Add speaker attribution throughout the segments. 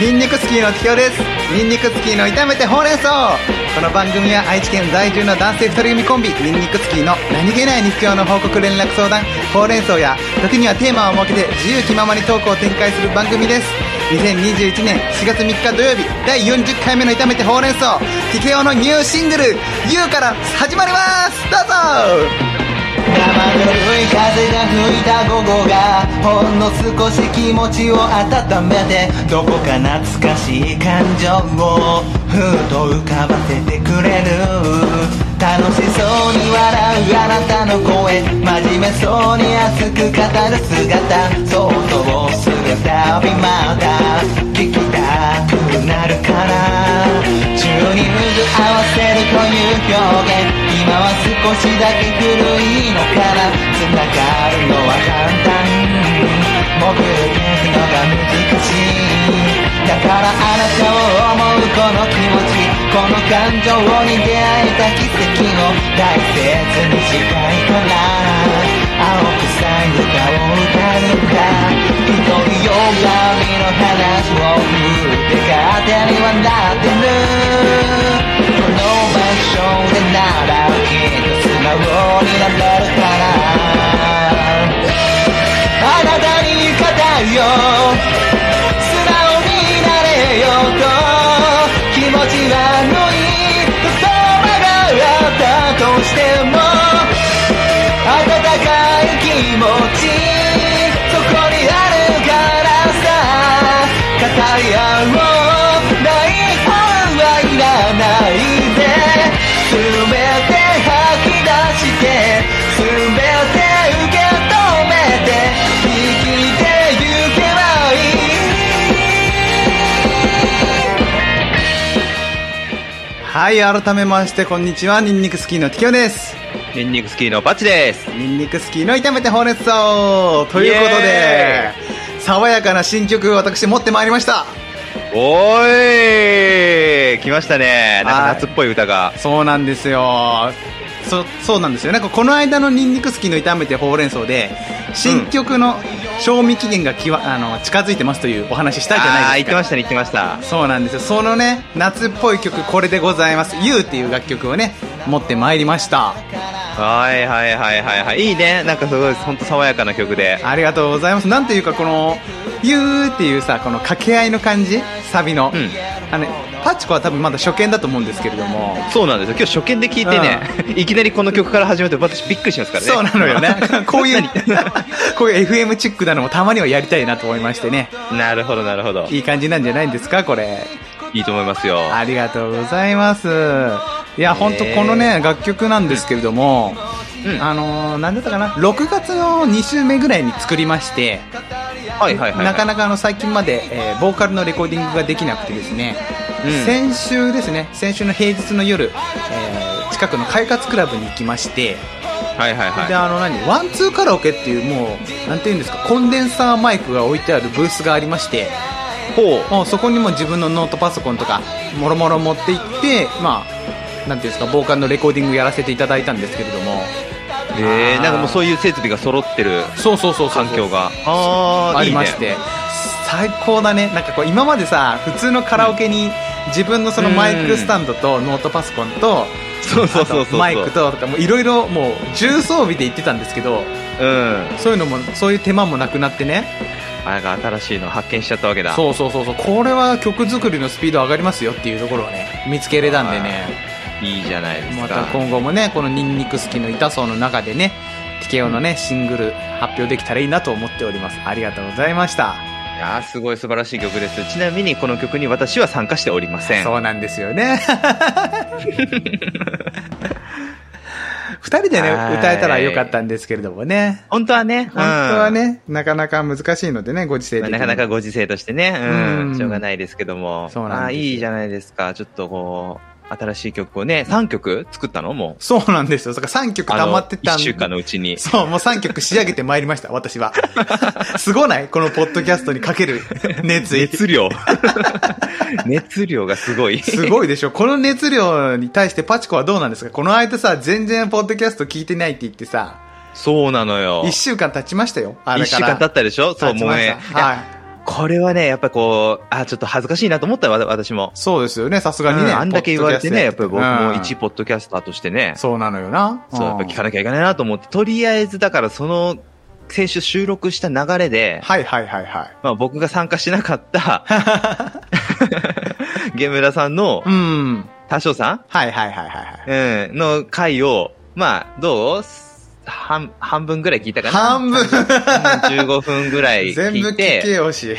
Speaker 1: ニンニクスキーのきよですニンニクスキーの炒めてほうれん草この番組は愛知県在住の男性2人組コンビニンニクスキーの何気ない日常の報告連絡相談ほうれん草や時にはテーマを設けて自由気ままにトークを展開する番組です2021年4月3日土曜日第40回目の炒めてほうれん草 TKO のニューシングル「YOU」から始まりますどうぞ生ぬるい風が吹いた午後がほんの少し気持ちを温めてどこか懐かしい感情をふっと浮かばせてくれる楽しそうに笑うあなたの声真面目そうに熱く語る姿想像するたびまた聞きたくなるからチューニング合わせるという表現今は少しだけ古いのから繋がるのは簡単僕るのが難しいだからあなたを思うこの気持ちこの感情に出会えた奇跡を大切にしたいから青臭い歌を歌うんだ一人よがみの話を振って勝手にはなってるこの場所でならきっと素直になれるからあなたに言いたいよ素直になれよと気持ちはのい言葉があったとしても温かい気持ちそこにあるからさ語り合おうない本はいらないで全て吐き出して全て受け止めて生きてゆけばいいはい改めましてこんにちはニンニクスキーのティキョです
Speaker 2: ニンニクスキーのバッチです。
Speaker 1: ニンニクスキーの炒めてほうれん草ということ
Speaker 2: イ
Speaker 1: で
Speaker 2: エ
Speaker 1: 爽やかな新曲私持ってまいりました
Speaker 2: おーい来ました
Speaker 1: は
Speaker 2: ね。ないんか夏っぽい歌が。
Speaker 1: そうなんですよそそうなんですよなんかこの間のニンニクスキーの炒めてほうれん草で新曲の賞味期限がきわあの近づいてますというお話したじゃ
Speaker 2: あ
Speaker 1: な
Speaker 2: ー
Speaker 1: い
Speaker 2: 言
Speaker 1: で
Speaker 2: っ
Speaker 1: す
Speaker 2: て
Speaker 1: か
Speaker 2: ましたね、言ってました。
Speaker 1: そうなんですよそのね夏っぽい曲これでございます「YOU」っていう楽曲をね持ってまいりました
Speaker 2: はいはいはいはいはい。いいね。なんかすごい、ほんと爽やかな曲で。
Speaker 1: ありがとうございます。なんていうか、この、ゆーっていうさ、この掛け合いの感じ、サビの。
Speaker 2: うん
Speaker 1: あの、パチコは多分まだ初見だと思うんですけれども。
Speaker 2: そうなんですよ。今日初見で聞いてね、いきなりこの曲から始めて私びっくりしますからね。。
Speaker 1: そうなのよねこういう、 こういう FM チックなのもたまにはやりたいなと思いましてね。
Speaker 2: なるほどなるほど。
Speaker 1: いい感じなんじゃないんですか、これ。
Speaker 2: いいと思いますよ。
Speaker 1: ありがとうございます。いや、ほんと
Speaker 2: ねえ
Speaker 1: このね、楽曲なんですけれども、
Speaker 2: うん
Speaker 1: あのー、なんだったかな、6月の2週目ぐらいに作りまして、
Speaker 2: はいはいはい。
Speaker 1: なか
Speaker 2: な
Speaker 1: なかあの最近まで、えーボーカルのレコーディングができなくてですね、
Speaker 2: うん
Speaker 1: 先週ですね先週の平日の夜、えー近くの快活クラブに行きまして、
Speaker 2: か。はいはい
Speaker 1: で
Speaker 2: は
Speaker 1: あの何ワンツーカラオケっていうもうなんていうんですかコンデンサーマイクが置いてあるブースがありまして
Speaker 2: い。ほう。
Speaker 1: もうそこにも自分のノートパソコンとかもろもろ持って行ってまあなんていうんですかボーカルのレコーディングやらせていただいたんですけれども
Speaker 2: えー、なんかもうそういう設備が揃ってる
Speaker 1: そうそうそうそう
Speaker 2: 環境が。あー
Speaker 1: あ
Speaker 2: い
Speaker 1: り
Speaker 2: いね
Speaker 1: まして最高だねなんかこう今までさ普通のカラオケに自分のそのマイクスタンドとノートパソコンと
Speaker 2: そうそうそうそう
Speaker 1: あとマイクととかもいろいろもう重装備で行ってたんですけど
Speaker 2: うん。
Speaker 1: そういうのもそういう手間もなくなってね
Speaker 2: あなんか新しいの発見しちゃったわけだ。
Speaker 1: そうそうそうそうこれは曲作りのスピード上がりますよっていうところをね見つけれたんでね
Speaker 2: いいじゃないですか。
Speaker 1: また今後もねこの「ニンニク好きの痛そう」の中でね TKO のねシングル発表できたらいいなと思っておりますありがとうございました
Speaker 2: いやーすごい素晴らしい曲です。ちなみにこの曲に私は参加しておりません。
Speaker 1: そうなんですよね。二人でね、
Speaker 2: はい
Speaker 1: 歌えたらよかったんですけれどもね。
Speaker 2: 本当はね、
Speaker 1: 本当はね、なかなか難しいのでね、ご時世
Speaker 2: うん、まあ
Speaker 1: 的に。
Speaker 2: なかなかご時世としてね、
Speaker 1: う
Speaker 2: うんん、しょうがないですけども。
Speaker 1: そうなん
Speaker 2: あー
Speaker 1: ですよ
Speaker 2: いいじゃないですか。ちょっとこう、新しい曲をね、3曲作ったのも
Speaker 1: そうなんですよ。だから3曲
Speaker 2: う。あ
Speaker 1: 溜
Speaker 2: の
Speaker 1: まってたん
Speaker 2: 1週間のうちに。
Speaker 1: そう、もう3曲仕上げてまいりました、私は。 すごないこのポッドキャストにかける熱意。
Speaker 2: 熱量。 熱量がすごい。
Speaker 1: すごいでしょこの熱量に対してパチコはどうなんですかこの間さ、全然ポッドキャスト聞いてないって言ってさ、
Speaker 2: そうなのよ。
Speaker 1: 1週間経ちましたよ。あれ
Speaker 2: 一
Speaker 1: か
Speaker 2: 週
Speaker 1: ら
Speaker 2: 間経ったでしょそう、
Speaker 1: 経ち
Speaker 2: もう
Speaker 1: ました
Speaker 2: ね。いや
Speaker 1: はい。
Speaker 2: これはね、やっぱこう、あ、ちょっと恥ずかしいなと思ったよ、わ私も。
Speaker 1: そうですよね、さすがに
Speaker 2: う
Speaker 1: ね。
Speaker 2: んあんだけ言われてね、やっぱり僕も一
Speaker 1: 部。
Speaker 2: ポッドキャスターとしてね、
Speaker 1: そうなのよな。
Speaker 2: そう、やっぱ聞かなきゃいけないなと思って、とりあえずだからその、先週収録した流れで、
Speaker 1: はいはいはいはい。
Speaker 2: まあ僕が参加しな かった、ゲムラさんの
Speaker 1: う、ん。
Speaker 2: 多少さん
Speaker 1: はいはいはいはい
Speaker 2: うん、の回を、まあ、どう半、 半分ぐらい聞いた
Speaker 1: はい。
Speaker 2: かな
Speaker 1: 半分。
Speaker 2: 15分ぐらい
Speaker 1: 全部
Speaker 2: 聞
Speaker 1: 聞
Speaker 2: いて、
Speaker 1: けよ し。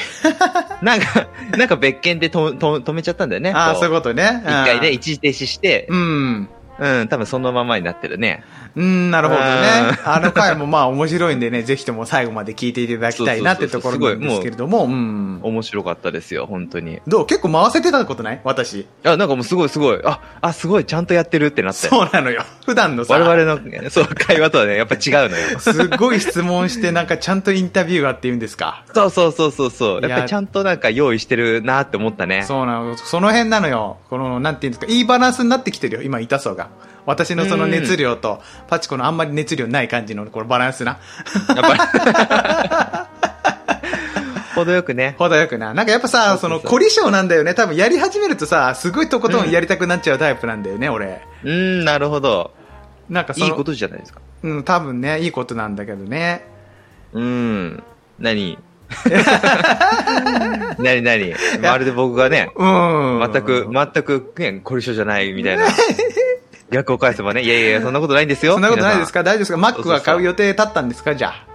Speaker 2: なんか、なんか別件でとと止めちゃったんだよね。
Speaker 1: ああ、
Speaker 2: こ
Speaker 1: そういうことね。
Speaker 2: 一回で
Speaker 1: ね。
Speaker 2: 一時停止して、
Speaker 1: うん。
Speaker 2: うん、多分そのままになってるね。
Speaker 1: うん、なるほどね
Speaker 2: あ。
Speaker 1: あの回もまあ面白いんでね、 ぜひとも最後まで聞いていただきたいなってところなんですけれども、うん。
Speaker 2: 面白かったですよ、本当に。
Speaker 1: どう結構回せてたことない私。
Speaker 2: あ、なんかもうすごいすごい、あ、あ、すごい、ちゃんとやってるってなって。
Speaker 1: そうなのよ。 普段のさ、
Speaker 2: 我々の、そう、会話とはね、やっぱ違うの よ。
Speaker 1: すっごい質問して、なんかちゃんとインタビューがあって言うんですか。
Speaker 2: そうそうそうそうそう。
Speaker 1: い
Speaker 2: やっぱ
Speaker 1: や
Speaker 2: りちゃんとなんか用意してるなって思ったね。
Speaker 1: そうなの。その辺なのよ。この、なんていうんですか、いいバランスになってきてるよ。今、痛そうが。私のその熱量と、パチコのあんまり熱量ない感じの、このバランスな。
Speaker 2: やっぱり。程よくね。
Speaker 1: 程よくな。なんかやっぱさ、そ
Speaker 2: そうそうそ
Speaker 1: の、
Speaker 2: う
Speaker 1: 凝り性なんだよね。多分やり始めるとさ、すごいとことんやりたくなっちゃうタイプなんだよね、俺。
Speaker 2: うん、なるほど。
Speaker 1: なんかその、
Speaker 2: いいことじゃないですか。
Speaker 1: うん、多分ね、いいことなんだけどね。
Speaker 2: うん。 何何何まるで僕がね、
Speaker 1: うん。
Speaker 2: 全く、全く、ね、凝り性じゃないみたいな。逆を返せばね、いやいやいや、そんなことないんですよ。
Speaker 1: そんなことないです
Speaker 2: か
Speaker 1: か大丈夫ですかマックは買う予定立ったんですかじゃあ。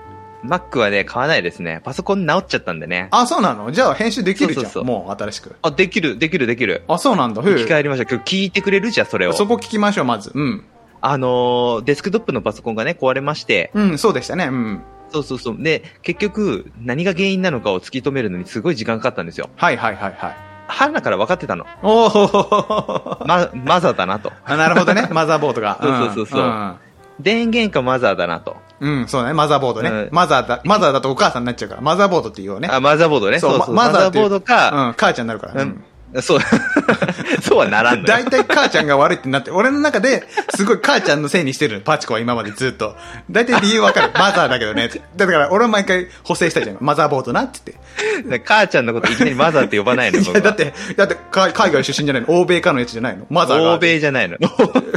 Speaker 2: マックはね、買わないですね。パソコン直っちゃったんでね。
Speaker 1: あ、そうなのじゃあ編集できるじゃん。
Speaker 2: そうそうそう
Speaker 1: もう新しく。
Speaker 2: あ、できる、できる、できる。
Speaker 1: あ、そうなんだ。へえ
Speaker 2: 生き返りました。今日聞いてくれるじゃん、それを。
Speaker 1: そこ聞きましょう、まず。うん。
Speaker 2: あのーデスクトップのパソコンがね、壊れまして、
Speaker 1: うん、そうでしたね。うん。
Speaker 2: そうそうそう。で、結局、何が原因なのかを突き止めるのにすごい時間かかったんですよ。
Speaker 1: はいはいはいはい。
Speaker 2: 春菜から分かって たの。
Speaker 1: おお
Speaker 2: ま、マザーだなと。
Speaker 1: なるほどね。マザーボードが。ん
Speaker 2: そうそうそうそう電源かマザーだなと。
Speaker 1: うん。うん、そうだね。マザーボードね。
Speaker 2: うん
Speaker 1: マザーだ、マザーだとお母さんになっちゃうから。マザーボードって言おうね。
Speaker 2: あ、マザーボードね。
Speaker 1: そう
Speaker 2: そうそう。
Speaker 1: ま
Speaker 2: マ
Speaker 1: マザー
Speaker 2: ザー
Speaker 1: っていう
Speaker 2: ボードか、
Speaker 1: うん、母ちゃんになるから。うん。
Speaker 2: そう、 そうはならんの
Speaker 1: 大
Speaker 2: よ。
Speaker 1: 体母ちゃんが悪いってなって、俺の中ですごい母ちゃんのせいにしてるのパチコは今までずっと。大体理由わか る。マザーだけどねって。だから俺は毎回補正したじゃん。マザーボードなって言って。
Speaker 2: 母ちゃんのこといきなりマザーって呼ばないの。
Speaker 1: い
Speaker 2: 僕
Speaker 1: や、
Speaker 2: は
Speaker 1: だって、だって海海外出身じゃないの欧米かのやつじゃないのマザーが。
Speaker 2: 欧米じ ゃないの。
Speaker 1: 違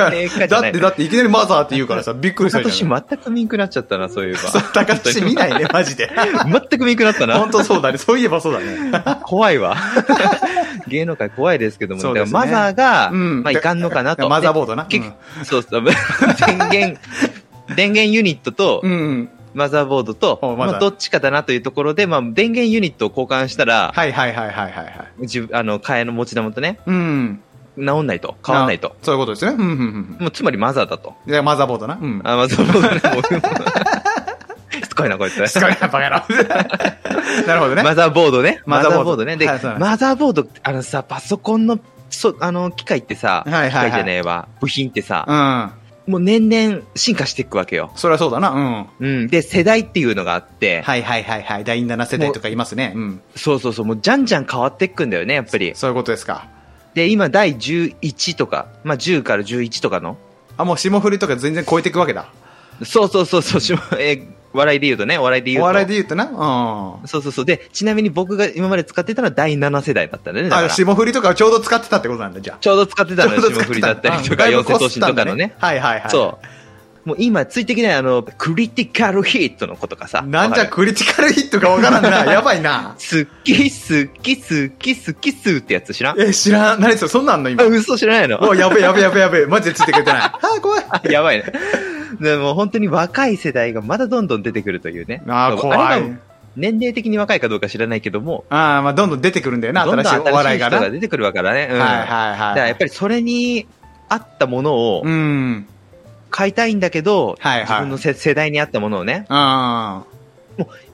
Speaker 2: 欧米
Speaker 1: う。
Speaker 2: 化じ
Speaker 1: だ
Speaker 2: ゃ
Speaker 1: っ
Speaker 2: ない
Speaker 1: て、
Speaker 2: の
Speaker 1: だって、いきなりマザーって言うからさ、びっくりした
Speaker 2: 高
Speaker 1: じゃん。
Speaker 2: 年全く見んくなっちゃったな、そういえ ば。
Speaker 1: そう高橋見ないね、マジで。
Speaker 2: 全く見んくなったな
Speaker 1: 本。当そうだね。そういえばそうだね。
Speaker 2: 怖いわ。 芸能界怖いですけども、
Speaker 1: そうで
Speaker 2: だか
Speaker 1: す
Speaker 2: ら
Speaker 1: ね
Speaker 2: マザーが、
Speaker 1: うん
Speaker 2: まあいかんのかなと。
Speaker 1: マザーボードな
Speaker 2: で結そうそう。 電源、電源ユニットと
Speaker 1: う、ん。
Speaker 2: マザーボードと、
Speaker 1: おマザー
Speaker 2: まあどっちかだなというところで、まあ電源ユニットを交換したら、
Speaker 1: はいはいはいはいはいはい。
Speaker 2: 自分あの、替えの持ち玉とね、
Speaker 1: うん。
Speaker 2: 治んないと。変わんないと。。
Speaker 1: そういうことですね。うんうんうん
Speaker 2: もうつまりマザーだと。
Speaker 1: うん。じゃあマザーボードな。うん。
Speaker 2: あ、マザーボードね。僕も しつこいな、こいつ。
Speaker 1: すごいな、バ カ野郎。なるほどね。
Speaker 2: マザーボードね。
Speaker 1: マ
Speaker 2: マ
Speaker 1: ザ
Speaker 2: ザ
Speaker 1: ーボ
Speaker 2: ーボ
Speaker 1: ー
Speaker 2: ー
Speaker 1: ド
Speaker 2: ドね。で、
Speaker 1: はいそうなんです
Speaker 2: マザーボードって、あのさ、パソコンの、そ、あの、機械ってさ、
Speaker 1: はいはいはい
Speaker 2: 機械じゃねえわ、部品ってさ、
Speaker 1: うん。
Speaker 2: もう年々進化していくわけよ。
Speaker 1: そりゃそうだな。うん。
Speaker 2: うん。で、世代っていうのがあって、
Speaker 1: はいはいはいはい。第7世代とかいますね。うん。
Speaker 2: そうそうそう、もうじゃんじゃん変わっていくんだよね、やっぱり。
Speaker 1: そういうことですか。
Speaker 2: で、今、第11とか、まあ、10から11とかの、
Speaker 1: あ、もう霜降りとか全然超えていくわけだ。
Speaker 2: そうそうそうそう、しまえー笑いで言うとね、笑いで言
Speaker 1: お
Speaker 2: うと。
Speaker 1: 笑いで言うとな。うん。
Speaker 2: そうそうそう。で、ちなみに僕が今まで使ってたのは第7世代だったんだよね、だか
Speaker 1: あ、
Speaker 2: ら。
Speaker 1: 霜降りとかをちょうど使ってたってことなんだ、じゃあ。
Speaker 2: ちょうど使ってたのよ、
Speaker 1: ちょうど
Speaker 2: 霜
Speaker 1: 使
Speaker 2: 降りだったりとか、
Speaker 1: あだいぶ
Speaker 2: 四千
Speaker 1: こ
Speaker 2: 頭
Speaker 1: す
Speaker 2: 身
Speaker 1: った
Speaker 2: と
Speaker 1: んだ
Speaker 2: かのね。
Speaker 1: はいはいはい。
Speaker 2: そう。もう今、ついてきない、あの、クリティカルヒットのことかさ。
Speaker 1: なんじゃ
Speaker 2: わかる
Speaker 1: クリティカルヒットがわからんな。やばいな。
Speaker 2: すっき、すっき、すっき、すっき、すってやつ知らんあ、
Speaker 1: え、知らん。何それ、そんなんあんの今。
Speaker 2: 嘘知らないの
Speaker 1: お、やべえやべえやべえやべえ。マジでついてくれてない。あー、怖い。
Speaker 2: あやばいね。でも本当に若い世代がまだどんどん出てくるというね。
Speaker 1: あー、
Speaker 2: そう
Speaker 1: 怖
Speaker 2: あ
Speaker 1: い
Speaker 2: れ。が年齢的に若いかどうか知らないけども、
Speaker 1: あー、まあ、どんどん出てくるんだよな、
Speaker 2: どんど
Speaker 1: 新
Speaker 2: ん
Speaker 1: しいお笑
Speaker 2: 新し
Speaker 1: い
Speaker 2: い
Speaker 1: が
Speaker 2: 人
Speaker 1: な。は
Speaker 2: が
Speaker 1: い
Speaker 2: 出てくるわからね。うん。
Speaker 1: はい
Speaker 2: だから
Speaker 1: は
Speaker 2: やっ
Speaker 1: い。
Speaker 2: ぱりそれに合ったものを
Speaker 1: うん。
Speaker 2: 買いたいんだけど、
Speaker 1: はいはい
Speaker 2: 自分のせ世代に合ったものをね、
Speaker 1: あ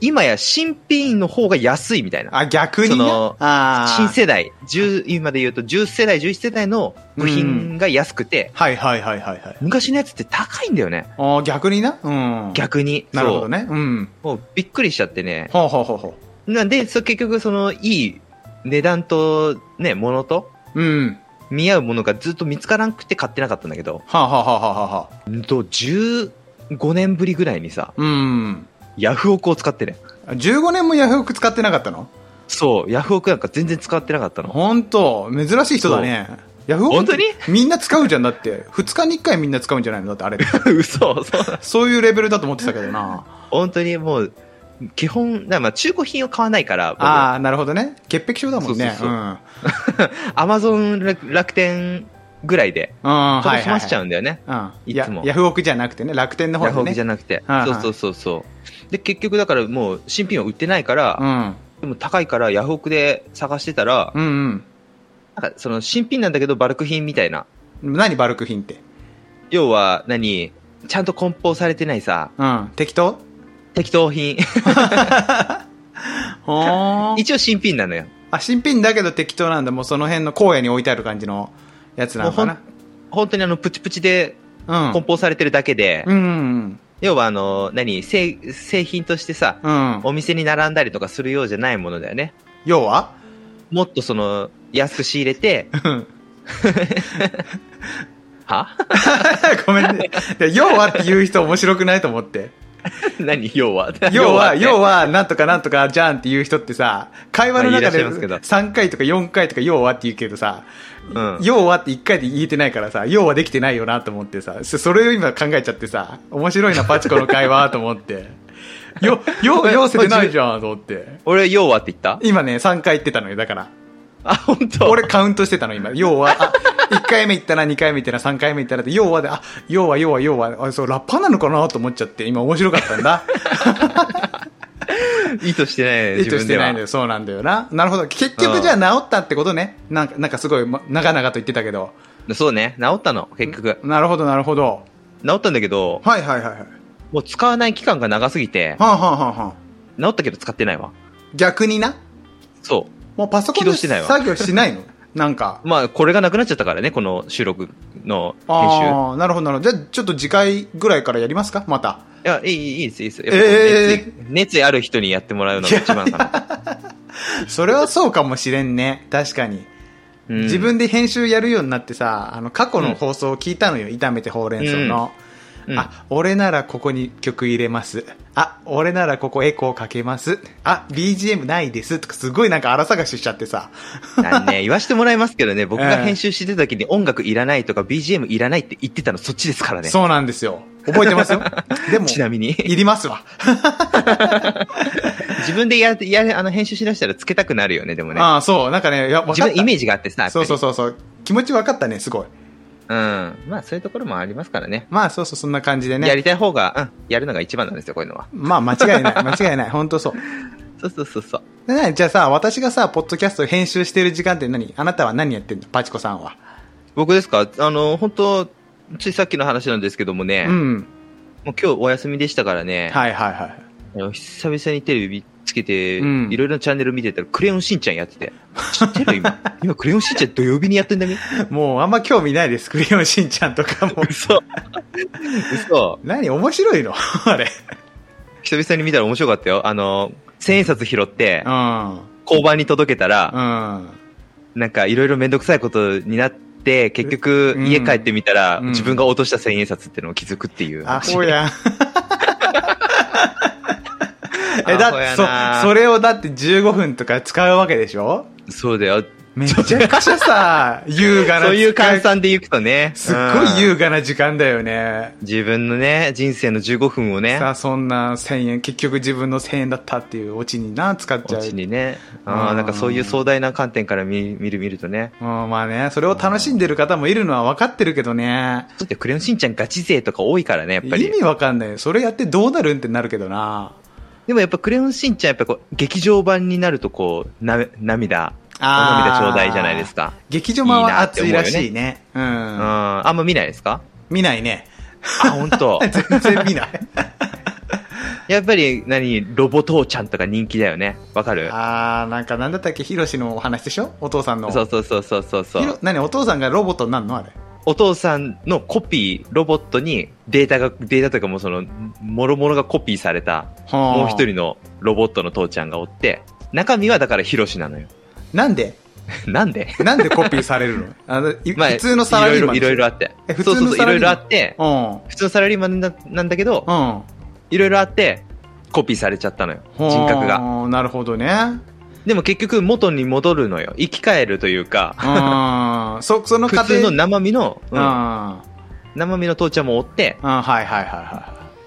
Speaker 2: 今や新品の方が安いみたいな
Speaker 1: ー。あ、逆に
Speaker 2: そ
Speaker 1: な
Speaker 2: の
Speaker 1: あー
Speaker 2: 新世代、10今で言うと10世代、11世代の部品が安くて、
Speaker 1: はいはいはいはいはい。
Speaker 2: 昔のやつって高いんだよね。
Speaker 1: あー、逆にな。うん。
Speaker 2: 逆に。
Speaker 1: なるほどね。うん。
Speaker 2: そう。もうびっくりしちゃってね。
Speaker 1: ほうほうほうほ
Speaker 2: なんで、そう結局そのいい値段とね、ものと
Speaker 1: う。うん。
Speaker 2: 見合うものがずっと見つからなくて買ってなかったんだけど、
Speaker 1: はあ、はあはあはあはあ。
Speaker 2: うんと15年ぶりぐらいにさ、
Speaker 1: うん。
Speaker 2: ヤフオクを使ってね。
Speaker 1: 15年もヤフオク使ってなかったの
Speaker 2: そう、ヤフオクなんか全然使ってなかっ たの。
Speaker 1: 本当珍しい人だねヤフオク
Speaker 2: 本当に
Speaker 1: みんな使うじゃんだって2日に1回みんな使うんじゃないのだってあ れ
Speaker 2: 嘘、そうなの
Speaker 1: そういうレベルだと思ってたけどな
Speaker 2: 本当にもう、基本、なまあ中古品を買わないから、僕
Speaker 1: ああなるほどね潔癖症だもんね
Speaker 2: そうそうそうん アマゾン楽天ぐらいで、
Speaker 1: うん
Speaker 2: ちょっと済ましちゃ
Speaker 1: う
Speaker 2: うんだよね。
Speaker 1: うん
Speaker 2: い
Speaker 1: や
Speaker 2: つも
Speaker 1: ヤフオクじゃなくてね楽天の方
Speaker 2: ヤフ
Speaker 1: で
Speaker 2: オク
Speaker 1: ね
Speaker 2: じゃなくて
Speaker 1: はい。
Speaker 2: そ
Speaker 1: は
Speaker 2: う
Speaker 1: い
Speaker 2: そうそうそう。で、結局だからもう新品は売ってないから、でも高いからヤフオクで探してたら、
Speaker 1: うんうん
Speaker 2: なんかその新品なんだけどバルク品みたいな。
Speaker 1: うん何バルク品って
Speaker 2: 要は何、ちゃんと梱包されてないさ、
Speaker 1: うん適当
Speaker 2: 適当品。
Speaker 1: ほ ー
Speaker 2: 一応新品なのよ。
Speaker 1: あ新品だけど適当なんだもうその辺の荒野に置いてある感じのやつなのかな
Speaker 2: 本当にあの、プチプチで
Speaker 1: うん
Speaker 2: 梱包されてるだけで、
Speaker 1: うんうん
Speaker 2: 要はあの、何、製、製品としてさ、
Speaker 1: うんうん
Speaker 2: お店に並んだりとかするようじゃないものだよね。
Speaker 1: 要は
Speaker 2: もっとその、安く仕入れて、は
Speaker 1: ごめんね。で要はって言う人面白くないと思 って。
Speaker 2: 何要は
Speaker 1: 要は、要
Speaker 2: は
Speaker 1: は、なんとかなんとかじゃんって言う人ってさ、会話の
Speaker 2: ま
Speaker 1: 中
Speaker 2: あいらっし
Speaker 1: で
Speaker 2: ゃいますけど
Speaker 1: 3回とか4回とか要はって言うけどさ、
Speaker 2: うん
Speaker 1: 要はって1回で言えてないからさ、要はできてないよなと思ってさ、そそれを今考えちゃってさ、面白いなパチコの会話と思って。よ、 よ、要せてないじゃんと思って。
Speaker 2: 俺、要はって言った
Speaker 1: 今ね、3回言ってたのよ、だから。
Speaker 2: あ、本当
Speaker 1: 俺カウントしてたの今要はあ1回目行ったな2回目行ったな3回目行ったなって要はであ要は要は要はあそうラッパーなのかなと思っちゃって今面白かったん だ
Speaker 2: 意図してないね、
Speaker 1: 意図
Speaker 2: 自
Speaker 1: し
Speaker 2: 分で
Speaker 1: てな
Speaker 2: はい
Speaker 1: の。よそうなんだよななるほど結局じゃあ治ったってことねなんかなんかすごいま長々と言ってたけど
Speaker 2: そうね、治ったの、結局。
Speaker 1: なるほどなるほど
Speaker 2: 治ったんだけど、
Speaker 1: はいはいはいはいは
Speaker 2: もう使わない期間が長すぎて
Speaker 1: あ、はあはあはあ
Speaker 2: 治ったけど使ってないわ。
Speaker 1: 逆にな
Speaker 2: そ
Speaker 1: もうパソコン
Speaker 2: 起
Speaker 1: で
Speaker 2: 動してないわ
Speaker 1: 作業しないのなんか
Speaker 2: う。まあ、これがなくなっちゃったからね、この収録の編
Speaker 1: ああなるほどなるほどじゃあちょっと次回ぐらいからやりますかまた
Speaker 2: 集。いや、いい、いいです、いいです。やっぱ
Speaker 1: ええ
Speaker 2: 熱意熱意ある人にやってもらうのが一番かな。
Speaker 1: それはそうかもしれんね確かに
Speaker 2: うん
Speaker 1: 自分で編集やるようになってさあの過去の放送を聞いたのよ、炒めてほうれん草の、
Speaker 2: うん
Speaker 1: あ俺ならここに曲入れますあ俺ならここエコーかけますあ BGM ないですとかすごいなんか荒探ししちゃってさ
Speaker 2: あのね、言わしてもらいますけ どね、僕が
Speaker 1: ええ
Speaker 2: 編集してた時に音楽いらないとか BGM いらないって言ってたのそっちですからね。
Speaker 1: そうなんですよ覚えて ますよでも
Speaker 2: ちなみに。
Speaker 1: いりますわ、
Speaker 2: 自分でや、や、あの、編集しだしたらつけたくなるよね、でもね。
Speaker 1: ああそうなんかねいや分
Speaker 2: 自
Speaker 1: かっ
Speaker 2: 分のイ
Speaker 1: た
Speaker 2: メージがあってさ、やっぱ
Speaker 1: そう
Speaker 2: り
Speaker 1: そうそうそう気持ち分かったねすごい
Speaker 2: うん。まあ、そういうところもありますからね。
Speaker 1: まあそうそうそんな感じで
Speaker 2: や
Speaker 1: ね
Speaker 2: りたい方が、うん、やるのが一番なんですよ、こういうのは。
Speaker 1: まあ間違いない間違いない本当そう
Speaker 2: そうそうそうそう。
Speaker 1: でねじゃあさ私がさポッドキャスト編集してる時間って何あなたは何やってんのパチコさんは
Speaker 2: 僕ですかあの、本当ついさっきの話なんですけどもね、
Speaker 1: うん
Speaker 2: もう今日お休みでしたからね、
Speaker 1: はいはいはい。
Speaker 2: あの久々にテレビつけて、
Speaker 1: うん
Speaker 2: いろいろなチャンネル見てたら、クレヨンしんちゃんやってて。知って る今。今、クレヨンしんちゃん土曜日にやってんだね。
Speaker 1: もうあんま興味ないです。クレヨンしんちゃんとか も。
Speaker 2: 嘘。嘘。
Speaker 1: 何面白いの あれ。
Speaker 2: 久々に見たら面白かったよ。あの、千円札拾って
Speaker 1: う、ん。
Speaker 2: 交番に届けたら、
Speaker 1: うん。
Speaker 2: なんかいろいろめんどくさいことになって、結局
Speaker 1: うん
Speaker 2: 家帰ってみたら、
Speaker 1: うん
Speaker 2: 自分が落とした千円札ってのを気づくっていう。
Speaker 1: アホ やん。え、
Speaker 2: アホや
Speaker 1: だ
Speaker 2: な
Speaker 1: って、そ、それをだって15分とか使うわけでしょ
Speaker 2: そうだよ。
Speaker 1: めちゃくちゃ さ、優雅な
Speaker 2: そういう換
Speaker 1: 感
Speaker 2: 算でいくとね。
Speaker 1: すっごい
Speaker 2: うん
Speaker 1: 優雅な時間だよね。
Speaker 2: 自分のね、人生の15分をね
Speaker 1: さ、あ、そんな1000円、結局自分の1000円だったっていうオチにな、使っちゃ
Speaker 2: う
Speaker 1: う。
Speaker 2: ち
Speaker 1: うん、
Speaker 2: にね。あ
Speaker 1: う
Speaker 2: ー
Speaker 1: ん
Speaker 2: なんかそういう壮大な観点から見見る見るとね。
Speaker 1: まあね、それを楽しんでる方もいるのは分かってるけどね。
Speaker 2: だってクレヨンしんちゃんガチ勢とか多いからね、やっぱ
Speaker 1: 意
Speaker 2: り。
Speaker 1: 味わかんないそれやってどうなるんってなるけどな
Speaker 2: でもやっぱクレヨンしんちゃんやっぱこう、劇場版になるとこう、な、涙、お
Speaker 1: あー
Speaker 2: 涙ちょうだいじゃないですか。
Speaker 1: 劇場版は熱いらしいねう
Speaker 2: うん。
Speaker 1: ん
Speaker 2: あんま見ないで すか
Speaker 1: 見ないね
Speaker 2: あ、本当
Speaker 1: 全然見ない
Speaker 2: やっぱり、何、ロボ父ちゃんとか人気だよね。わかる
Speaker 1: あーなんかなんだったっけヒロシのお話でしょお父さんの
Speaker 2: そうそうそうそうそうそ
Speaker 1: ヒロ
Speaker 2: う。
Speaker 1: 何お父さんがロボットになるのあれ
Speaker 2: お父さんのコピー、ロボットにデータが、データというかもうその、もろもろがコピーされた、もう一人のロボットの父ちゃんがおって、中身はだからヒロシなのよ。
Speaker 1: なんで
Speaker 2: なんで
Speaker 1: なんでコピーされるのあの、い普通のサラリーマン
Speaker 2: いろいろいろいろあ
Speaker 1: あ
Speaker 2: って
Speaker 1: え。普
Speaker 2: そう
Speaker 1: 通
Speaker 2: そう
Speaker 1: の
Speaker 2: そう、
Speaker 1: サ
Speaker 2: い
Speaker 1: ラリーマン
Speaker 2: ろいろあって、普通のサラリーマンななんだけど、
Speaker 1: うんうん
Speaker 2: いろいろあって、コピーされちゃったのよ。人格が。
Speaker 1: が。なるほど ね。
Speaker 2: でも結局元に戻るのよ。生き返るというか、
Speaker 1: うん。そ、その過
Speaker 2: 普
Speaker 1: 程
Speaker 2: 通の生身の、
Speaker 1: う。
Speaker 2: うんん、
Speaker 1: あ
Speaker 2: 生身の父ちゃんもおって、
Speaker 1: はいはいはいは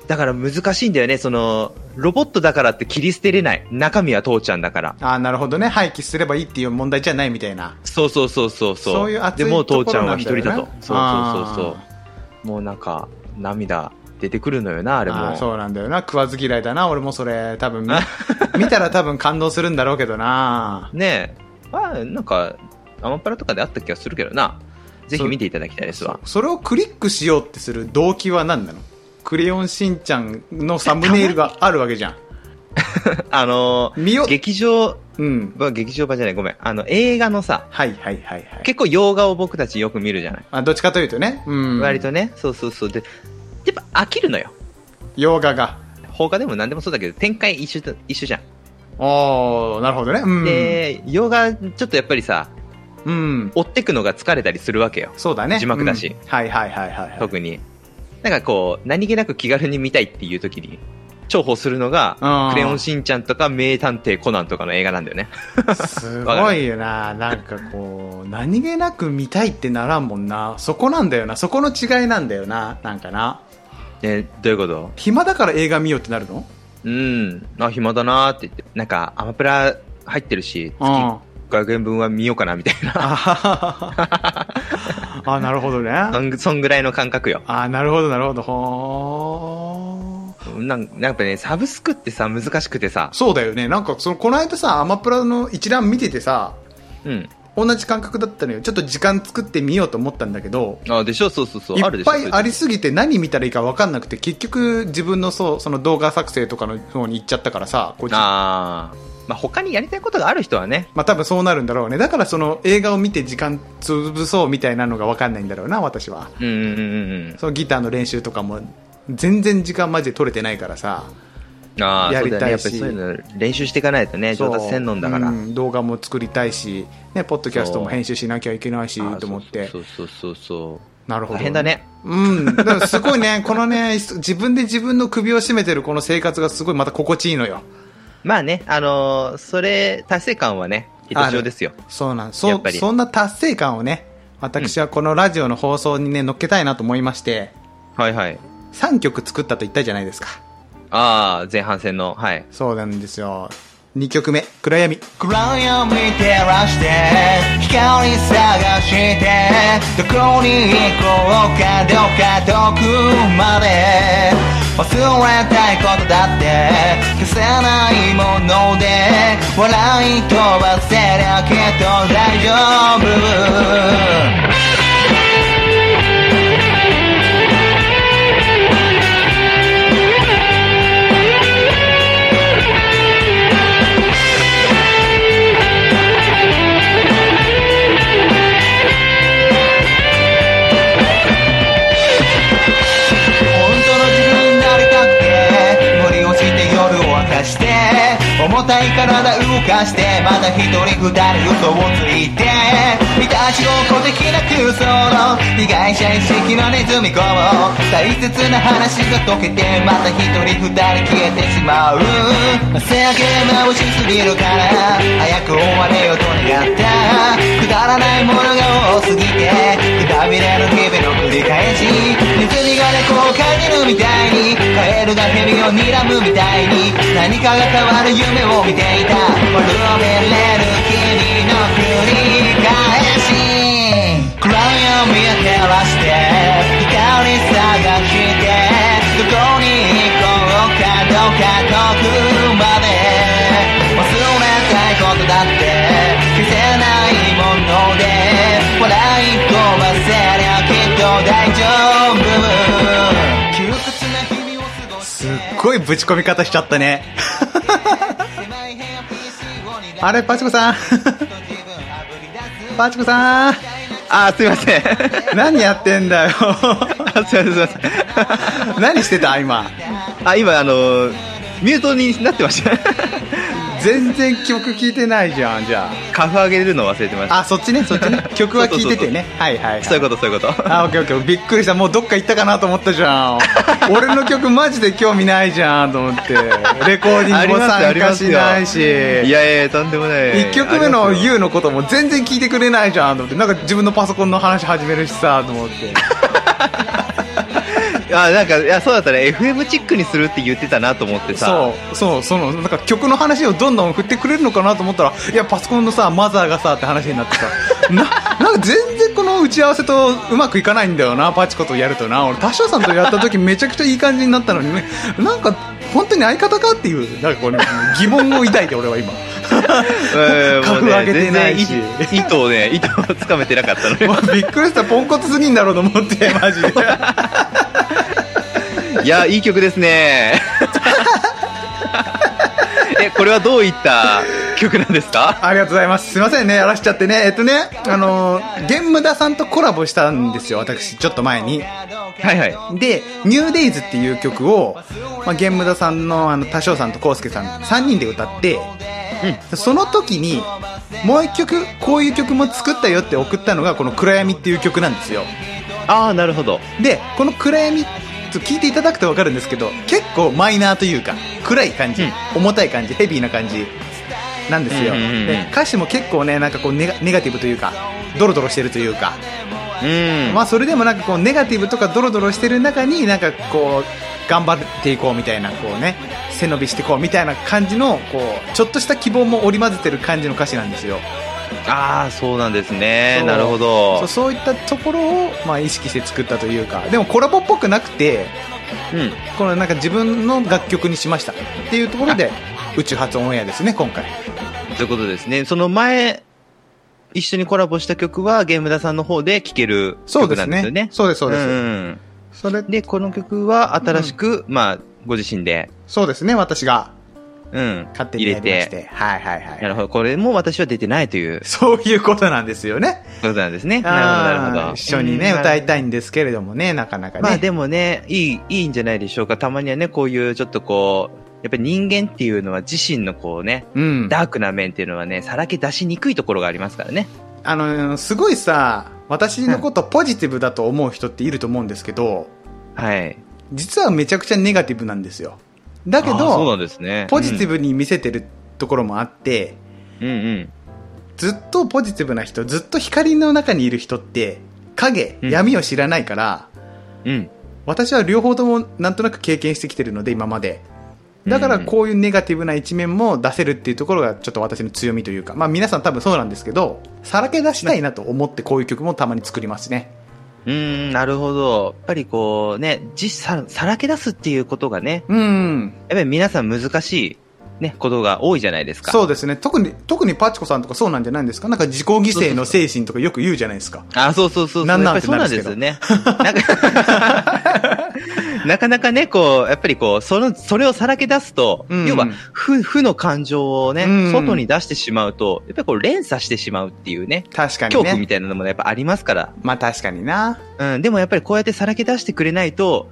Speaker 2: だから難しいんだよね。その、ロボットだからって切り捨てれない。中身は父ちゃんだから。
Speaker 1: い。ああ、なるほどね。廃棄すればいいっていう問題じゃないみたいな。
Speaker 2: そうそうそうそうそう。
Speaker 1: そういう熱い
Speaker 2: でもう父ちゃんは一
Speaker 1: ところ
Speaker 2: 人
Speaker 1: な
Speaker 2: だ
Speaker 1: んだ
Speaker 2: と
Speaker 1: よね。
Speaker 2: そうそうそうそう。もうなんか、涙出てくるのよな、あれ
Speaker 1: あ
Speaker 2: も。
Speaker 1: ーそうなんだよな。食わず嫌いだな。俺もそれ、多分見、見 たら多分感動するんだろうけどな。
Speaker 2: ねえ。まあ、なんか、アマプラとかであった気がするけどな。ぜひ見ていただきたいですわ。
Speaker 1: それをクリックしようってする動機は何なのクレヨンしんちゃんのサムネイルがあるわけじゃん。
Speaker 2: あの
Speaker 1: 見よ
Speaker 2: ー、劇場、
Speaker 1: うん。
Speaker 2: まあ劇場版じゃない、ごめん。あの、映画のさ、
Speaker 1: はいはいはいはい。
Speaker 2: 結構洋画を僕たちよく見るじゃない。
Speaker 1: あどっちかというとね。うん。
Speaker 2: 割とね、そうそうそう。で、やっぱ飽きるのよ。
Speaker 1: 洋画が。
Speaker 2: 放課でも何でもそうだけど、展開一緒だ一緒じゃん。
Speaker 1: おー、なるほどね。うん。
Speaker 2: で、洋画、ちょっとやっぱりさ、
Speaker 1: うん。
Speaker 2: 追ってくのが疲れたりするわけよ。
Speaker 1: そうだね。
Speaker 2: 字幕だし
Speaker 1: うんはいはいはいはいはい。
Speaker 2: 特に。なんかこう、何気なく気軽に見たいっていう時に、重宝するのが
Speaker 1: あ、ー
Speaker 2: クレヨンしんちゃんとか名探偵コナンとかの映画なんだよね。
Speaker 1: すごいよな。なんかこう、何気なく見たいってならんもんな。そこなんだよな。そこの違いなんだよな。なんかな。
Speaker 2: ね、どういうこと
Speaker 1: 暇だから映画見ようってなるの
Speaker 2: うん、あ、暇だなーって言って、なんかアマプラ入ってるし、
Speaker 1: うん
Speaker 2: 月500円分は見ようかなみたいな、
Speaker 1: あははははあ、なるほど ね。
Speaker 2: そ
Speaker 1: あ
Speaker 2: んそんぐらいの感覚よ。
Speaker 1: なるほど、なるほど。ほー
Speaker 2: なんなんかやっぱね、サブスクってさ、難しくてさ、
Speaker 1: そうだよね。なんか、その、この間さ、アマプラの一覧見ててさ、
Speaker 2: うん。
Speaker 1: 同じ感覚だったのよ。ちょっと時間作ってみようと思ったんだけど、
Speaker 2: あ、でしょそうそうそう。
Speaker 1: い
Speaker 2: ある
Speaker 1: っ
Speaker 2: でしょ
Speaker 1: ぱいありすぎて何見たらいいか分かんなくて結局自分のそうその動画作成とかの方に行っちゃったからさこうじ
Speaker 2: ああ。まあ、他にやりたいことがある人はね、
Speaker 1: まあ多分そうなるんだろうねだからその映画を見て時間潰そうみたいなのが分かんないんだろうな私は
Speaker 2: うんうんうん
Speaker 1: そのギターの練習とかも全然時間マジで取れてないからさ
Speaker 2: うん。ああ、
Speaker 1: や
Speaker 2: そう
Speaker 1: り
Speaker 2: だよ
Speaker 1: た
Speaker 2: ね。や
Speaker 1: い
Speaker 2: っぱり
Speaker 1: し
Speaker 2: そういうの練習していかないとね、上達せんのんだから。
Speaker 1: う
Speaker 2: あ
Speaker 1: ん動画も作りたいし、ね、ポッドキャストも編集しなきゃいけないし
Speaker 2: ー
Speaker 1: と思って
Speaker 2: そうそうそうそう
Speaker 1: なる
Speaker 2: そう。
Speaker 1: ほど
Speaker 2: 大変だね。
Speaker 1: うんだからすごいねこのね 自分で自分の首を絞めてるこの生活がすごいまた心地いいのよ
Speaker 2: まあね、あのーそれ、達成感はね、一生ですよ。
Speaker 1: そうなん
Speaker 2: や
Speaker 1: そ
Speaker 2: っぱり
Speaker 1: そんな達成感をね私はこのラジオの放送にね乗っけたいなと思いまして
Speaker 2: はいはい。
Speaker 1: 3曲作ったと言ったじゃないですか
Speaker 2: ああ、前半戦の、はい。
Speaker 1: そうなんですよ2曲目「暗闇」
Speaker 3: 暗闇照らして光探してどこに行こうかどうか遠くまで忘れたいことだって消せないもので笑い飛ばせりゃきっと大丈夫本当の自分になりたくて無理をして夜を明かして重たい体動かしてまだ一人二人嘘をついていたしごこ的な空想の被害者意識のネズミ子も大切な話が解けてまた一人二人消えてしまう朝焼け眩しすぎるから早く終われよと願ったくだらないものが多すぎてくたびれの日々の繰り返しネズミが猫をかじるみたいにカエルが蛇を睨むみたいに何かが変わる夢を見ていた丸めれる君の繰り返し暗闇を照らして光探してどこに行こうかどうか遠くまで忘れたいことだって消せないもので笑い飛ばせりゃきっと大丈夫窮屈な日々を過ごし
Speaker 1: す
Speaker 3: て
Speaker 1: っごいぶち込み方しちゃったね
Speaker 3: 狭い部屋 PC をに
Speaker 1: あれパチコさん パチコさん
Speaker 2: ああ、すいません。
Speaker 1: 何やってんだよ
Speaker 2: あすいません、すいません。
Speaker 1: 何してた今
Speaker 2: あ、今、あのーミュートになってました。
Speaker 1: 全然曲聴いてないじゃんじゃ
Speaker 2: カフ上げるの忘れてました
Speaker 1: ああそっちねそっち ね曲は聴いててねはいはい、はい、
Speaker 2: そういうことそういうこと
Speaker 1: あオッケーオッケーびっくりしたもうどっか行ったかなと思ったじ ゃん俺の曲マジで興味ないじゃんと思ってレコーディングも参加しないし
Speaker 2: いやいやとんでもない
Speaker 1: 1曲目の
Speaker 2: う
Speaker 1: YOU のことも全然聞いてくれないじゃんと思ってなんか自分のパソコンの話始めるしさと思って
Speaker 2: あなんかいやそうだったね FM チックにするって言ってたなと思ってさ
Speaker 1: そうそうそのなんか曲の話をどんどん振ってくれるのかなと思ったらいやパソコンのさマザーがさって話になってさ ななんか全然この打ち合わせとうまくいかないんだよなパチコとやるとな俺田代さんとやった時めちゃくちゃいい感じになったのにねなんか本当に相方かっていうなんかこうね疑問を抱いて俺は今
Speaker 2: うんもう
Speaker 1: 株上げてないし
Speaker 2: 全然い糸をね糸をつかめてなかったの ね
Speaker 1: もうびっくりしたポンコツすぎんだろうと思ってマジで。
Speaker 2: いや、いい曲ですね。 え、これはどういった曲なんですか
Speaker 1: ありがとうございます。すいませんね、やらしちゃってね。えっとね、あのー、ゲンムダさんとコラボしたんですよ、私、ちょっと前に。
Speaker 2: はいはい。
Speaker 1: で、ニューデイズっていう曲を、まあ、ゲンムダさんの、あの、多少さんとコウスケさん、3人で歌って、その時に、もう一曲、こういう曲も作ったよって送ったのが、この暗闇っていう曲なんですよ。
Speaker 2: ああ、なるほど。
Speaker 1: で、この暗闇、と聞いていただくとわかるんですけど、結構マイナーというか、暗い感じ、
Speaker 2: うん
Speaker 1: 重たい感じ、ヘビーな感じなんですよ。
Speaker 2: うんうんうんうん
Speaker 1: で歌詞も結構ね、なんかこうネガ、ネガティブというか、ドロドロしてるというか、
Speaker 2: うん。
Speaker 1: まあそれでもなんかこう、ネガティブとかドロドロしてる中に、なんかこう、頑張っていこうみたいな、こうね、背伸びしていこうみたいな感じの、こう、ちょっとした希望も織り交ぜてる感じの歌詞なんですよ。
Speaker 2: ああ、そうなんですね
Speaker 1: そ。う
Speaker 2: なるほ
Speaker 1: そ
Speaker 2: ど
Speaker 1: う。そういったところを、まあ意識して作ったというか、でもコラボっぽくなくて、
Speaker 2: うん。
Speaker 1: このなんか自分の楽曲にしましたっていうところで宇宙初オンエアですね今回
Speaker 2: ということですね。その前、一緒にコラボした曲はゲームダさんの方で聴ける
Speaker 1: そうで
Speaker 2: 曲
Speaker 1: す
Speaker 2: なんです
Speaker 1: ね
Speaker 2: よね。
Speaker 1: そうですそうです、
Speaker 2: ん
Speaker 1: それ
Speaker 2: で、この曲は新しく、まあ、ご自身で、
Speaker 1: そうですね私が
Speaker 2: うん。
Speaker 1: 勝手に
Speaker 2: 入
Speaker 1: や
Speaker 2: れ
Speaker 1: りまして
Speaker 2: て。
Speaker 1: はいはいは
Speaker 2: ないるほど。これも私は出てないという
Speaker 1: そういうことなんですよね
Speaker 2: こと なんですね。なるほど、なるほ
Speaker 1: あー
Speaker 2: ど。
Speaker 1: 一緒にね
Speaker 2: うん
Speaker 1: 歌いたいんですけれどもねなかなかね、
Speaker 2: まあでもね、いい、いいんじゃないでしょうか。たまにはね、こういうちょっとこう、やっぱり人間っていうのは自身のこうね、
Speaker 1: うん
Speaker 2: ダークな面っていうのはね、さらけ出しにくいところがありますからね。
Speaker 1: あのすごいさ私のことポジティブだと思う人っていると思うんですけど
Speaker 2: はい。
Speaker 1: 実はめちゃくちゃネガティブなんですよだけ
Speaker 2: あーそうな
Speaker 1: ど
Speaker 2: んですね。
Speaker 1: ポジティ
Speaker 2: ブ。
Speaker 1: ブに見せてるところもあって、
Speaker 2: うんうん。
Speaker 1: ずっとポジティブな人ずっと光の中にいる人って影、
Speaker 2: うん
Speaker 1: 闇を知らないから
Speaker 2: うん。
Speaker 1: 私は両方ともなんとなく経験してきてるので今までだからこういうネガティブな一面も出せるっていうところがちょっと私の強みというかまあ皆さん多分そうなんですけどさらけ出したいなと思ってこういう曲もたまに作りますね
Speaker 2: うーん、なるほど。やっぱりこうね、実さ、さらけ出すっていうことがね、
Speaker 1: うん
Speaker 2: やっぱり皆さん難しい、ね、ことが多いじゃないですか。。
Speaker 1: そううですね特に特にパチコさんとかそうなんじゃないんですかなんか自己犠牲の精神とかよく言うじゃないですか
Speaker 2: あ、そうそうそうそう。
Speaker 1: なん
Speaker 2: や
Speaker 1: な
Speaker 2: っ
Speaker 1: ん
Speaker 2: ぱりそうなんですよね。なんか、 なかなかね、こう、やっぱりこう、その、それをさらけ出すと、
Speaker 1: うん
Speaker 2: 要は、負、負の感情をね、
Speaker 1: うん
Speaker 2: 外に出してしまうと、やっぱりこう、連鎖してしまうっていうね、
Speaker 1: 確かに
Speaker 2: 恐怖み
Speaker 1: ね
Speaker 2: たいなのもねやっぱありますから。
Speaker 1: まあ確かにな
Speaker 2: うん、でもやっぱりこうやってさらけ出してくれないと、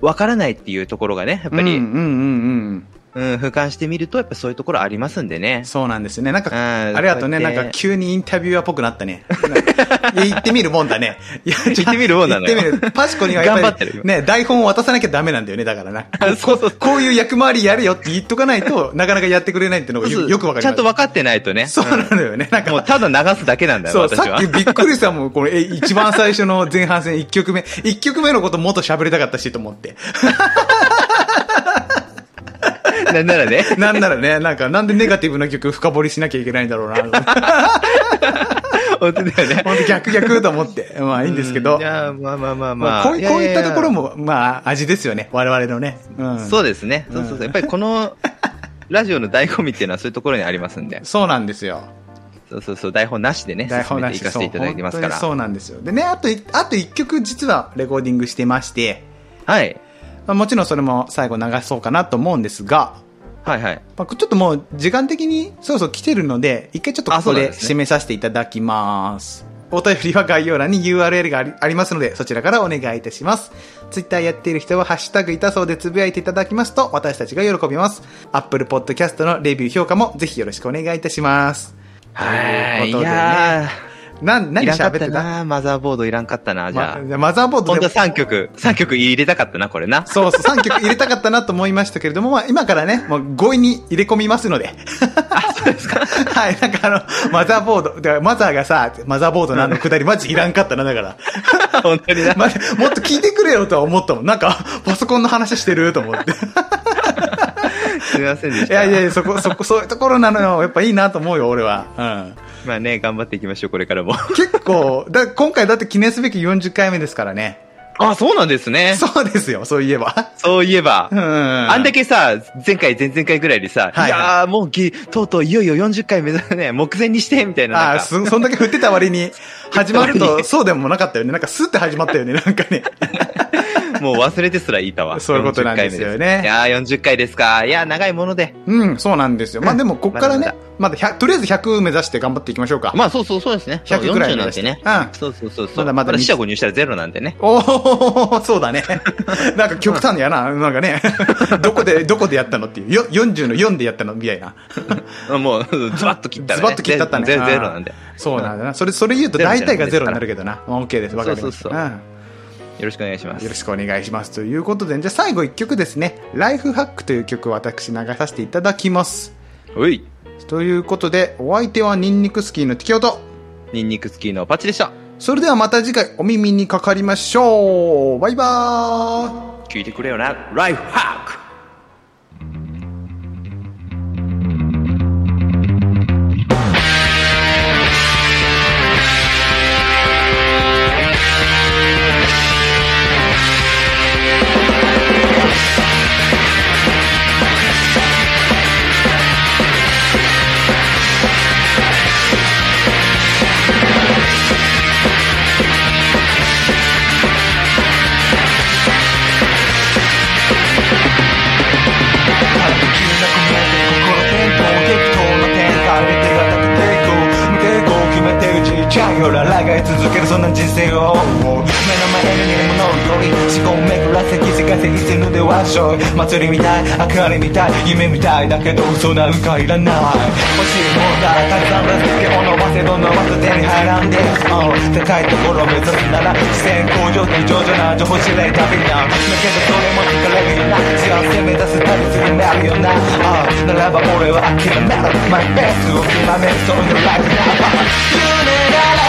Speaker 2: わからないっていうところがね、やっぱり、う、
Speaker 1: うんんうんうん
Speaker 2: 俯瞰してみると、やっぱそういうところありますんで
Speaker 1: う
Speaker 2: ね
Speaker 1: ん。そうなんですねなんか
Speaker 2: うん、あ
Speaker 1: ありがとうね。なんか急にインタビュアーっぽくなった ね。いや、言ってみるもんだね。いや、
Speaker 2: 行ってみるもんなのよ
Speaker 1: 言ってみる。パシコにはやっぱり、
Speaker 2: 頑張ってるよ
Speaker 1: ね、台本を渡さなきゃダメなんだよね、だからな。
Speaker 2: そうそう
Speaker 1: こういう役回りやるよって言っとかないと、なかなかやってくれないってのがよよくわかります。
Speaker 2: ちゃんと分かってないとね。
Speaker 1: そうなのよね。なん
Speaker 2: もう
Speaker 1: か、
Speaker 2: ただ流すだけなんだよ、
Speaker 1: そう、
Speaker 2: 私
Speaker 1: さ
Speaker 2: は。
Speaker 1: っきびっくりしたもん、この、え、一番最初の前半戦1曲目、1曲目のこともっと喋りたかったしと思って。
Speaker 2: なんならね。
Speaker 1: なんならね、なんか、なんでネガティブな曲深掘りしなきゃいけないんだろうな。
Speaker 2: 本当だよね。
Speaker 1: ほんと逆逆と思って。まあいいんですけど。
Speaker 2: いや、まあまあま
Speaker 1: ま
Speaker 2: あま
Speaker 1: あ、
Speaker 2: あ。
Speaker 1: こういこういったところも、
Speaker 2: も。
Speaker 1: まあ、味ですよね。我々のね。うん。。
Speaker 2: そううですね。そうそうそう。やっぱりこの、 ラジオの醍醐味っていうのはそういうところにありますんで。
Speaker 1: そうなんですよ。
Speaker 2: そうそうそう。台本なしでね、
Speaker 1: 台
Speaker 2: 進
Speaker 1: 本
Speaker 2: め
Speaker 1: な
Speaker 2: てい
Speaker 1: し
Speaker 2: かせていただいてますか
Speaker 1: そう
Speaker 2: ら。
Speaker 1: 本当にそうなんですよ。でね、あとい、あと一曲実はレコーディングしてまして、
Speaker 2: はい。
Speaker 1: まあ、もちろんそれも最後流そうかなと思うんですが、
Speaker 2: はいはい。
Speaker 1: まあ、ちょっともう時間的にそろそろ来てるので、一回ちょっとこ
Speaker 2: あそ
Speaker 1: こ
Speaker 2: うなん
Speaker 1: で
Speaker 2: ですね
Speaker 1: 締めさせていただきます。お便りは概要欄に URL がありありますので、そちらからお願いいたします。Twitter やっている人は、ハッシュタグいたそうでつぶやいていただきますと、私たちが喜びます。Apple Podcast のレビュー評価もぜひよろしくお願いいたします。
Speaker 2: は
Speaker 1: と
Speaker 2: い。
Speaker 1: い
Speaker 2: いう
Speaker 1: ことでね
Speaker 2: や
Speaker 1: な、
Speaker 2: ー、い
Speaker 1: 何
Speaker 2: らんか
Speaker 1: 喋
Speaker 2: っ
Speaker 1: って
Speaker 2: た
Speaker 1: た
Speaker 2: な。マザーボードいらんかったな、じゃあ。
Speaker 1: まマザーボード
Speaker 2: 本
Speaker 1: で
Speaker 2: 当
Speaker 1: も
Speaker 2: は3曲、三曲入れたかったな、こ れな。
Speaker 1: そうそう、3曲入れたかったなと思いましたけれども、まあ、今からね、もう強引に入れ込みますので。 はい、なんかあの、マザーボード、でマザーがさ、マザーボードのあのくだり、マジいらんかったな、だから。
Speaker 2: 本当にな。
Speaker 1: まもっと聞いてくれよとは思ったもん。なんか、パソコンの話してると思って。
Speaker 2: すみませんでし
Speaker 1: い
Speaker 2: た。
Speaker 1: やいやいや、そこ、そこ、そういうところなのよ。やっぱいいなと思うよ、俺は。
Speaker 2: まあね、頑張っていきましょう、これからも。
Speaker 1: うん。結構、だ、今回だって記念すべき40回目ですからね。
Speaker 2: あ、そうなんですね。
Speaker 1: そうですよ、そういえば。
Speaker 2: そういえば。
Speaker 1: うん。あ
Speaker 2: あんだけさ、前回、前々回ぐらいでさ、
Speaker 1: はい
Speaker 2: いやー、もうぎ、とうとういよいよ40回目指すね、 目前にして、みたいな。
Speaker 1: あ
Speaker 2: な
Speaker 1: あ
Speaker 2: ん
Speaker 1: ー、
Speaker 2: か
Speaker 1: そ、 そんだけ振ってた割 に、始まる
Speaker 2: 振ってた割
Speaker 1: と、
Speaker 2: に
Speaker 1: そうでもなかったよね。なんかスッて始まったよね、なんか ね。
Speaker 2: もう忘れてすらいたわ。
Speaker 1: そういうことなんですよね
Speaker 2: 40回目ですいやー、40回ですか。いやー、長いもので。
Speaker 1: うん、そうなんですよ。まあでも、こっから
Speaker 2: ま
Speaker 1: ね
Speaker 2: だ、
Speaker 1: まだ100、とりあえず100目指して頑張っていきましょうか。
Speaker 2: まあ、そうそうそうですね。そう
Speaker 1: 100ぐらい
Speaker 2: 40
Speaker 1: ま
Speaker 2: な
Speaker 1: で
Speaker 2: ん
Speaker 1: して
Speaker 2: てね。
Speaker 1: うん
Speaker 2: そうそうそうそう。
Speaker 1: まだまだ
Speaker 2: 死者誤入したらゼロなんでね。
Speaker 1: おおそうだね。 なんか極端やな。なんかね、 どこで、どこでやったのっていう。よ40の4でやったのみたいな。
Speaker 2: もう、 ズバッと切ったら、ね。
Speaker 1: ズバッと切ったったね
Speaker 2: ゼ
Speaker 1: あ
Speaker 2: ロ
Speaker 1: ー
Speaker 2: ゼロなんで。
Speaker 1: そうなんだな。それ、それ言うと大体がゼロになるけどな。まあ OK です。わかりました。
Speaker 2: そうそうそよろしくお願いしま
Speaker 1: うんよろ
Speaker 2: す。
Speaker 1: しくお願いします。ということで、じゃあ最後1曲ですね。ライフハックという曲を私流させていただきます。
Speaker 2: おい。
Speaker 1: ということで、お相手はニンニクスキーの適応と。
Speaker 2: ニンニクスキーのパッチでした。
Speaker 1: それではまた次回お耳にかかりましょう。バイバーイ。
Speaker 2: 聞いてくれよな。ライフハック
Speaker 3: ある時なくなって心テンポを適当な点下げてが立てていく無抵抗を決めてるちっちゃいよららがい続けるそんな人生を目の前に見るものより思考を巡らせ気づかせ一ぬではしょい祭りみたい明かりみたい夢みたいだけど嘘なんかいらない欲しいもんだらたくさん助けを伸ばせど伸ばす手に入らんでうん高いところを目指すなら視線向上と上手な情報知れ旅なだけどそれも疲れるよな幸せ目指す旅するなるよなああならば俺は諦めろマイベースを極めるそういうライフな夢なら